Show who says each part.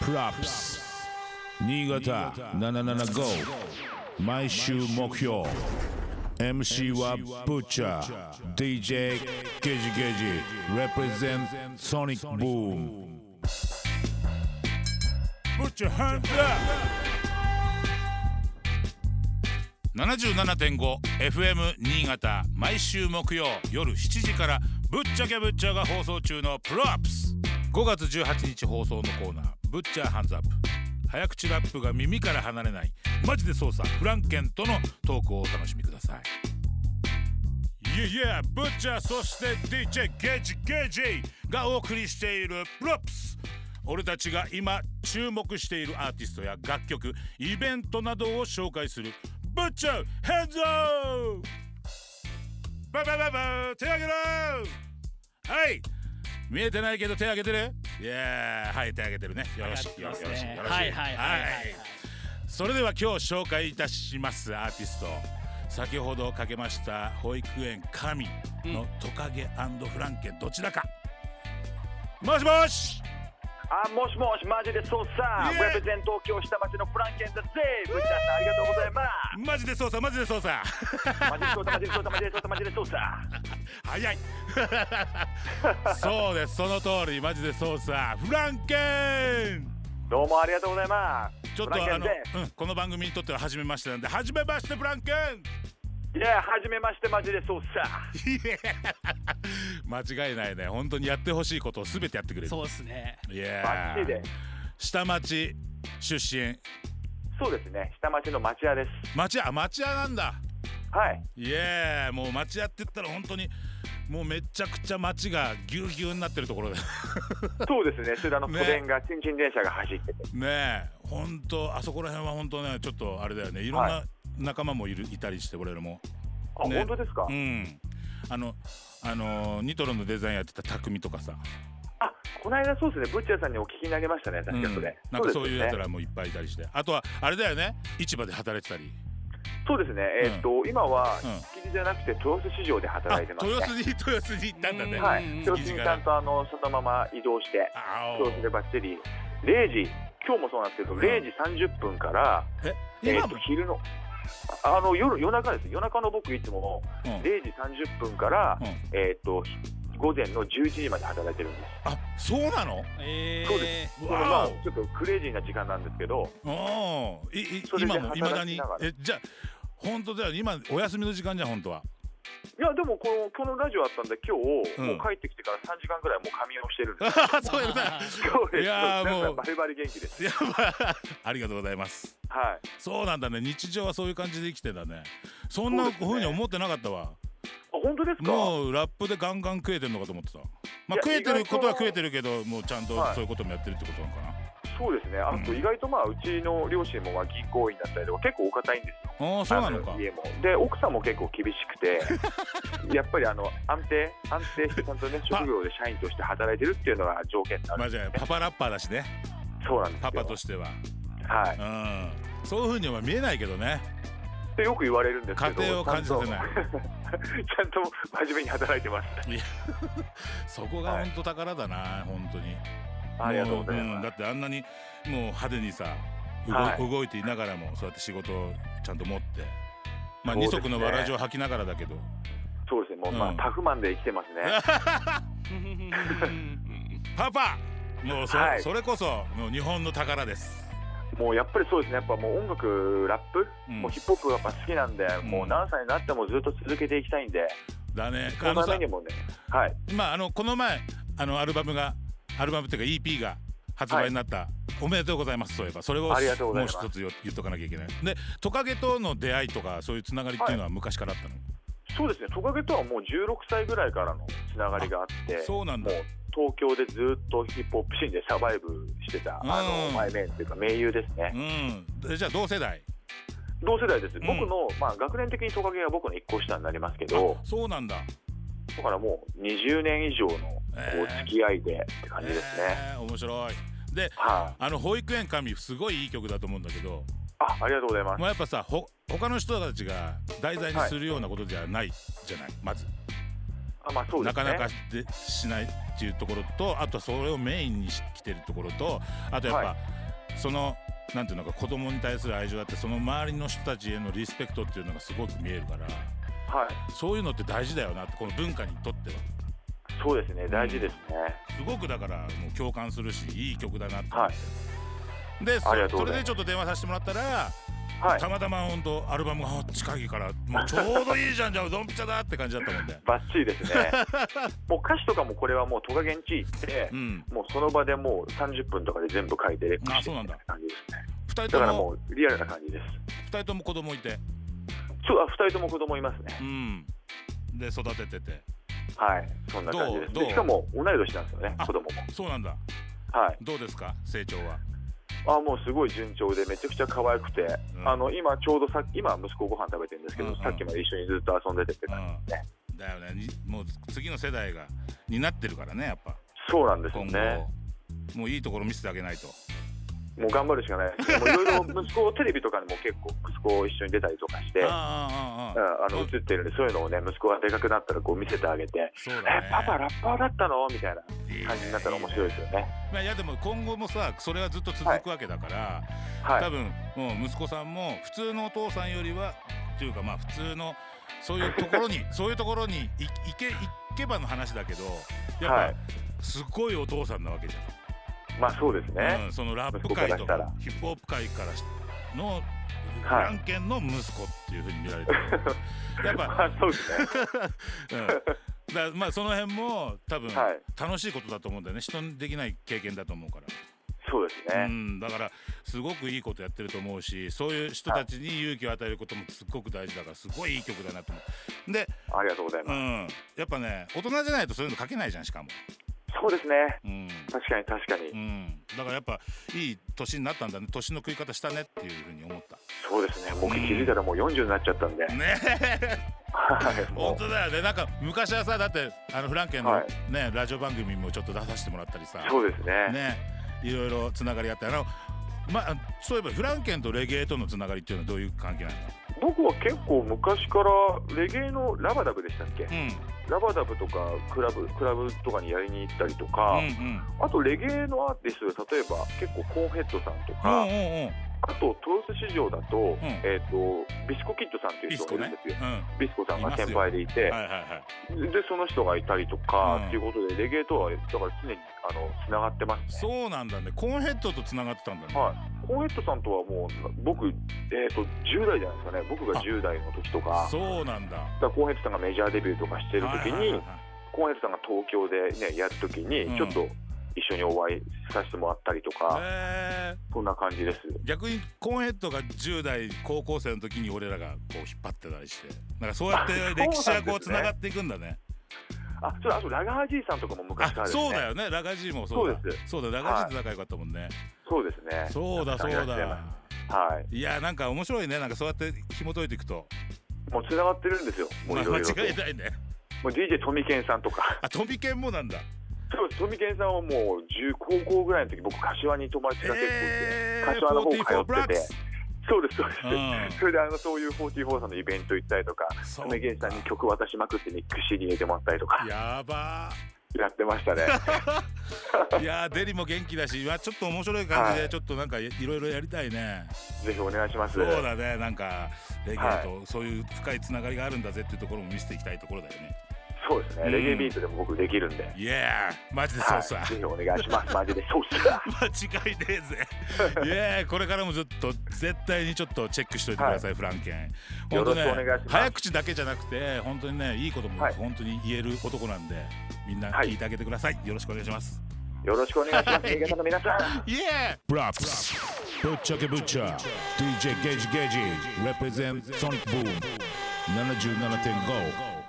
Speaker 1: プラップス新潟775毎週目標 MC はブッチャー DJ ゲジゲジ represent ソニックブーム Put your hands up!
Speaker 2: 77.5FM 新潟毎週木曜夜7時から「ぶっちゃけぶっちゃ」が放送中の「プロアップス」5月18日放送のコーナー「ぶっちゃハンズアップ」早口ラップが耳から離れないマジで操作フランケンとのトークをお楽しみくださいいやいやぶっちゃそして DJ ゲージゲージがお送りしているプロップス俺たちが今注目しているアーティストや楽曲イベントなどを紹介するぶっちゃヘンズオーバイバイバイバイ手挙げろはい見えてないけど手挙げてるいやーはい手挙げてるねよろしくよろしくよろしくよろしく
Speaker 3: はいはいはいは
Speaker 2: は
Speaker 3: いはい
Speaker 2: いそれでは今日紹介いたしますアーティスト先ほどかけました保育園神のトカゲフランケンどちらか、もしもし
Speaker 4: あもしもしマジでそうさ、
Speaker 2: イエーイ
Speaker 4: レプゼン東京下町のフランケンだぜぶっちゃさんありがとうございま
Speaker 2: マジで操作マジで操作
Speaker 4: すマジでそうさマジでそうさマジでそうさマジでそうさ
Speaker 2: 早 いそうですその通りマジで操作フランケン
Speaker 4: どうもありがとうございます
Speaker 2: ちょっ
Speaker 4: フラ
Speaker 2: とあ
Speaker 4: ン
Speaker 2: の
Speaker 4: ケンで、
Speaker 2: うん、この番組にとっては初めましてなんで初めましてフランケン
Speaker 4: いやはじめましてマジでそうさ
Speaker 2: いや 間違いないね本当にやってほしいことを全てやってくれる
Speaker 3: そうですね。
Speaker 2: いや
Speaker 4: バッチリで
Speaker 2: 下町出身
Speaker 4: そうですね下町の町屋です
Speaker 2: 町屋あ町屋なんだ
Speaker 4: はい
Speaker 2: いやもう町屋って言ったら本当にもうめちゃくちゃ町がぎゅうぎゅうになってるところで
Speaker 4: そうですねそれであの
Speaker 2: ね
Speaker 4: 都電がチンチン電車が走ってて
Speaker 2: ねえ本当あそこら辺は本当ねちょっとあれだよねいろんな
Speaker 4: は
Speaker 2: 仲間もいるいたりして俺らも
Speaker 4: あ、
Speaker 2: ね
Speaker 4: 本当ですか、
Speaker 2: うんあのあのニトロのデザインやってた匠とかさ、
Speaker 4: あこの間そうですねブッチャーさんにお聞きになりましたね
Speaker 2: う
Speaker 4: 確
Speaker 2: ん、
Speaker 4: か
Speaker 2: な
Speaker 4: そ
Speaker 2: ん
Speaker 4: れ、
Speaker 2: かそういうやつ
Speaker 4: そうですね
Speaker 2: らもいっぱいいたりしてあとはあれだよね市場で働いてたり
Speaker 4: そうですねえーっと、今は
Speaker 2: うん
Speaker 4: 築地じゃなくて豊洲市場で
Speaker 2: あ
Speaker 4: 働いてますね
Speaker 2: 豊洲に豊洲に行ったんだね
Speaker 3: うん
Speaker 4: はい、
Speaker 3: うん
Speaker 4: 教室にちゃんとあのそのまま移動して、
Speaker 2: あ
Speaker 4: 教室でばっちり、0時、今日もそうなんですけど、
Speaker 2: うん
Speaker 4: 0時30分から、
Speaker 2: え
Speaker 4: え
Speaker 2: 今
Speaker 4: ー、
Speaker 2: も
Speaker 4: と、昼のああの夜、夜中です、夜中の僕、いつも
Speaker 2: うん
Speaker 4: 0時30分から、
Speaker 2: うん
Speaker 4: えー、と午前の11時まで働いてるんです、
Speaker 2: あそうなの
Speaker 3: え
Speaker 4: そう
Speaker 3: えー。
Speaker 4: でそのま
Speaker 2: わ
Speaker 4: あちょっとクレイジーな時間なんですけど、
Speaker 2: おお、いい
Speaker 4: それで
Speaker 2: 今も
Speaker 4: 働
Speaker 2: い
Speaker 4: き
Speaker 2: まだに
Speaker 4: ながら
Speaker 2: えじゃあ本当じゃあ今お休みの時間じゃん本当 はい
Speaker 4: や、でもこの、今日のラジオあったんで、今日、
Speaker 2: うん
Speaker 4: もう帰ってきてから3時間ぐらい、もう仮眠をしてるんで
Speaker 2: あ
Speaker 4: す。
Speaker 2: ははそうやな
Speaker 4: そうです
Speaker 2: いやー
Speaker 4: だから
Speaker 2: もう
Speaker 4: バリバリ元気です。
Speaker 2: やばありがとうございます
Speaker 4: はい。
Speaker 2: そうなんだね日常はそういう感じで生きてんだねそんな
Speaker 4: そうですね
Speaker 2: ふうに思ってなかったわ
Speaker 4: あ、本当ですか。
Speaker 2: もうラップでガンガン食えてるのかと思ってたまあ
Speaker 4: いや
Speaker 2: 食えてることは
Speaker 4: 意外と
Speaker 2: 食えてるけどもうちゃんと
Speaker 4: はい
Speaker 2: そういうこともやってるってことなのかな、
Speaker 4: そうですね、あと
Speaker 2: うん
Speaker 4: 意外とまあうちの両親もまあ銀行員だったりとか、結構お堅いんですよ、
Speaker 2: ああそうなのか
Speaker 4: あ家も。で、奥さんも結構厳しく て、やっぱりあの安定、安定してちゃんとね、
Speaker 2: パ
Speaker 4: 職業で社員として働いてるっていうのが条件にな
Speaker 2: ま
Speaker 4: る、
Speaker 2: あじゃあパパラッパーだしね
Speaker 4: そうなんですよ。
Speaker 2: パパとしては
Speaker 4: はい、
Speaker 2: うんそういうふうには見えないけどね
Speaker 4: ってよく言われるんですけ
Speaker 2: 家
Speaker 4: ど、
Speaker 2: 庭を感じさせない
Speaker 4: ちゃんとちゃんと真面目に働いてます。
Speaker 2: そこが本当宝だな、本当に
Speaker 4: ありがとうござい
Speaker 2: もん
Speaker 4: ま
Speaker 2: だ
Speaker 4: す。
Speaker 2: ってあんなにもう派手にさ動,、
Speaker 4: はい
Speaker 2: 動いていながらもそうやって仕事をちゃんと持って、まあ、
Speaker 4: そう
Speaker 2: 二
Speaker 4: ですね
Speaker 2: 足のわらじを履きながらだけど、
Speaker 4: そうですね、もうま
Speaker 2: う
Speaker 4: あ
Speaker 2: ん
Speaker 4: タフマンで生きてますね。
Speaker 2: パパもうそ,、
Speaker 4: はい
Speaker 2: それこそもう日本の宝です。
Speaker 4: もうやっぱりそうですね、やっぱもう音楽、ラップ、
Speaker 2: うん
Speaker 4: もうヒップホップがやっぱ好きなんで、
Speaker 2: ん
Speaker 4: もう何歳になってもずっと続けていきたいんで、
Speaker 2: だね。あ
Speaker 4: その
Speaker 2: のさ
Speaker 4: ため、にもね、はい、
Speaker 2: まああのこの前あのアルバムがアルバムっていうか EP が発売になった、おめでとうございますそういえばそれを
Speaker 4: ありがとうございます
Speaker 2: もう一つよ言っとかなきゃいけない。でトカゲとの出会いとかそういうつながりっていうのは昔からあったの。
Speaker 4: そうですね、トカゲとはもう16歳ぐらいからのつながりがあって、
Speaker 2: そうなんだ
Speaker 4: もう東京でずっとヒップホップシーンでサバイブしてた、
Speaker 2: うん
Speaker 4: あの、前面っていうか、盟友ですね、
Speaker 2: うん。でじゃあ同世代。
Speaker 4: 同世代です、
Speaker 2: ん
Speaker 4: 僕の、まあ、学年的にトカゲは僕の1個下になりますけど、
Speaker 2: そうなんだ。
Speaker 4: だからもう20年以上のこ
Speaker 2: え
Speaker 4: う
Speaker 2: ー
Speaker 4: 付き合いでって感じですね。
Speaker 2: えー面白いで
Speaker 4: はい、
Speaker 2: あの保育園神すごいいい曲だと思うんだけど、
Speaker 4: あ、ありがとうございます。
Speaker 2: まあ、やっぱさほ他の人たちが題材にするようなことじゃないじゃない、まず
Speaker 4: あまあそう
Speaker 2: な
Speaker 4: ですね
Speaker 2: かなかでしないっていうところとあとそれをメインにし来てるところとあとやっぱ、
Speaker 4: は
Speaker 2: そのなんていうのか子供に対する愛情だってその周りの人たちへのリスペクトっていうのがすごく見えるから
Speaker 4: はい
Speaker 2: そういうのって大事だよなってこの文化にとっては
Speaker 4: そうですね大事ですね、
Speaker 2: すごくだからもう共感するしいい曲だなって、
Speaker 4: はい
Speaker 2: でそ
Speaker 4: ありがとう
Speaker 2: そ
Speaker 4: ございます
Speaker 2: れでちょっと電話させてもらったら
Speaker 4: はい
Speaker 2: たまたま本当アルバムが近いからもうちょうどいいじゃんじゃあドンピシャだって感じだったもんで、
Speaker 4: バッチリです ねもう歌詞とかもこれはもうトカゲんち行って
Speaker 2: う、ん、
Speaker 4: もうその場でもう30分とかで全部書いてレック
Speaker 2: あ
Speaker 4: して
Speaker 2: そうなんだ
Speaker 4: 感じですね
Speaker 2: 2人
Speaker 4: だ
Speaker 2: と
Speaker 4: から
Speaker 2: も
Speaker 4: もうリアルな感じです
Speaker 2: 二人とも子供いて、
Speaker 4: そうあ2人とも子供いますね
Speaker 2: うん、で育ててて
Speaker 4: はいそんな感じで
Speaker 2: どう
Speaker 4: す
Speaker 2: どう
Speaker 4: でしかも同い年なんですよね
Speaker 2: あ
Speaker 4: 子供も
Speaker 2: そうなんだ
Speaker 4: はい
Speaker 2: どうですか成長は
Speaker 4: あもうすごい順調でめちゃくちゃ可愛くて、
Speaker 2: うん
Speaker 4: あの今ちょうどさっき今息子ご飯食べてるんですけど、
Speaker 2: うんうん
Speaker 4: さっきまで一緒にずっと遊んでてって感じですね、
Speaker 2: うん、だよねにもう次の世代がになってるからねやっぱ
Speaker 4: そうなんですよ
Speaker 2: 今後、
Speaker 4: ね
Speaker 2: もういいところ見せてあげないと
Speaker 4: もう頑張るしかないですもういろいろ息子をテレビとかにも結構息子を一緒に出たりとかして、うん、あ
Speaker 2: ああああああ
Speaker 4: の映ってるんでそういうのをね息子がでかくなったらこう見せてあげて、
Speaker 2: そうだね
Speaker 4: えパパラッパーだったのみたいない
Speaker 2: いね
Speaker 4: 感じになったら面白いですよね
Speaker 2: まあいやでも今後もさそれはずっと続くわけだから、
Speaker 4: はい
Speaker 2: 多分もう息子さんも普通のお父さんよりはっていうかまあ普通のそういうとこ ろにそういうところにい行け行けばの話だけどやっぱ、
Speaker 4: はい
Speaker 2: すごいお父さんなわけじ
Speaker 4: まあそうです
Speaker 2: ゃん、
Speaker 4: ね、
Speaker 2: うん、そのラップ界
Speaker 4: 息
Speaker 2: と
Speaker 4: 子からしたら
Speaker 2: ヒップホップ界からしのフ
Speaker 4: はい
Speaker 2: ランケンの息子っていうふうに見られてる、やっぱ、
Speaker 4: まあ そうですね
Speaker 2: うん、だからまあその辺も多分
Speaker 4: はい
Speaker 2: 楽しいことだと思うんだよね人にできない経験だと思うから。
Speaker 4: そうです
Speaker 2: う
Speaker 4: ね、
Speaker 2: ん、だからすごくいいことやってると思うしそういう人たちに勇気を与えることもすっごく大事だからすごいいい曲だなと思う。で、
Speaker 4: ありがとうございうます、
Speaker 2: ん、やっぱね大人じゃないとそういうの書けないじゃんしかも、
Speaker 4: そうですね
Speaker 2: うん
Speaker 4: 確かに確かに、
Speaker 2: うん。だからやっぱいい年になったんだね年の食い方したねっていうふうに思った。
Speaker 4: そうですね僕気づいたらもう40になっちゃったんで、
Speaker 2: ね
Speaker 4: はい
Speaker 2: 本
Speaker 4: もう
Speaker 2: 当だよねなんか昔はさだってあのフランケンの、
Speaker 4: はい
Speaker 2: ねラジオ番組もちょっと出させてもらったりさ。
Speaker 4: そうですね
Speaker 2: ねいろいろつながりあってあの、まあ、そういえばフランケンとレゲエとのつながりっていうのはどういう関係なの
Speaker 4: 僕は結構昔からレゲエのラバダブでしたっけ、
Speaker 2: うん
Speaker 4: ラバダブとかクラブクラブとかにやりに行ったりとか、
Speaker 2: うんうん
Speaker 4: あとレゲエのアーティストで例えば結構コーンヘッドさんと
Speaker 2: うん
Speaker 4: か、
Speaker 2: うんうん
Speaker 4: あと豊洲市場だと,、
Speaker 2: ん
Speaker 4: えー、とビスコキッドさんとい
Speaker 2: ビ
Speaker 4: う
Speaker 2: ス
Speaker 4: 人
Speaker 2: コ
Speaker 4: がいるん
Speaker 2: ね
Speaker 4: ですよ。
Speaker 2: うんは
Speaker 4: ビスコさん
Speaker 2: いま
Speaker 4: が
Speaker 2: すよ
Speaker 4: 先輩でいて
Speaker 2: いはいはい
Speaker 4: でその人がいたりとか、
Speaker 2: うん
Speaker 4: っていうことでレゲエとはだから常にあのつながってますね
Speaker 2: そうなんだねコーンヘッドとつながってたんだね
Speaker 4: はい、コーンヘッドさんとはもう僕、えー、と10代じゃないですかね僕が10代の時とか
Speaker 2: そうなんだ
Speaker 4: だからコーンヘッドさんがメジャーデビューとかしてる時に、
Speaker 2: はいはいはい
Speaker 4: コーンヘッドさんが東京で、ね、やる時
Speaker 2: うん
Speaker 4: にちょっと一緒にお会いさせてもらったりとか、
Speaker 2: へ
Speaker 4: そんな感じです
Speaker 2: ー逆にコーンヘッドが10代高校生の時に俺らがこう引っ張ってたりしてなんかそうやって歴史がこうつ
Speaker 4: そうな
Speaker 2: なんが
Speaker 4: ですね
Speaker 2: っていくんだね
Speaker 4: あそれあとラガーじいさんとかも昔
Speaker 2: あ
Speaker 4: からですね
Speaker 2: そうだよねラガジーもそうだ
Speaker 4: そうです
Speaker 2: そうだラガジーと仲良かったもんね
Speaker 4: そうですね
Speaker 2: そうだそう
Speaker 4: つながってま
Speaker 2: だ
Speaker 4: すはい
Speaker 2: いやなんか面白いねなんかそうやって紐解いていくと
Speaker 4: もうつながってるんですよも
Speaker 2: まあ
Speaker 4: ういろ
Speaker 2: 間
Speaker 4: いろと
Speaker 2: 違いないね
Speaker 4: もう DJ トミケンさんとか
Speaker 2: あ飛び犬もなんだ
Speaker 4: そうトミケンさんはもう10高校ぐらいの時僕柏に友達が結構いて、
Speaker 2: えー
Speaker 4: 柏の方通
Speaker 2: 44ブラ
Speaker 4: っ
Speaker 2: ッ
Speaker 4: て
Speaker 2: ク
Speaker 4: て
Speaker 2: ス
Speaker 4: そうですそうです、
Speaker 2: うん
Speaker 4: それであのそういう44さんのイベント行ったりとか
Speaker 2: そう
Speaker 4: トミケンさんに曲渡しまくってミックス CD 入れてもらったりとか
Speaker 2: やば
Speaker 4: やってましたね
Speaker 2: ーいやーデリも元気だし、まあ、ちょっと面白い感じ
Speaker 4: は
Speaker 2: でちょっとなんかいろいろやりたいね、
Speaker 4: ぜひお願いします
Speaker 2: そうだねなんかレギュとそういう深いつながりがあるんだぜっていうところも見せていきたいところだよね
Speaker 4: そうですね、
Speaker 2: うん
Speaker 4: レゲエビートでも僕できるんで、
Speaker 2: いやーマジでそ
Speaker 4: は
Speaker 2: うさ、
Speaker 4: い、ぜひお願いします、マジでそうっすか
Speaker 2: 間違いね えぜいやーこれからもずっと絶対にちょっとチェックしといてください、フランケン
Speaker 4: よろしく
Speaker 2: ね
Speaker 4: お願いします
Speaker 2: 早口だけじゃなくて本当にねいいことも
Speaker 4: はい
Speaker 2: 本当に言える男なんで、みんな聞いてあげてください、よろしくお願いします
Speaker 4: よろしくお願いします、新潟の皆さん。
Speaker 2: イエー
Speaker 1: Props. Butcher ke Butcher. DJ Gage Gage. Represent Sonic Boom. 77.5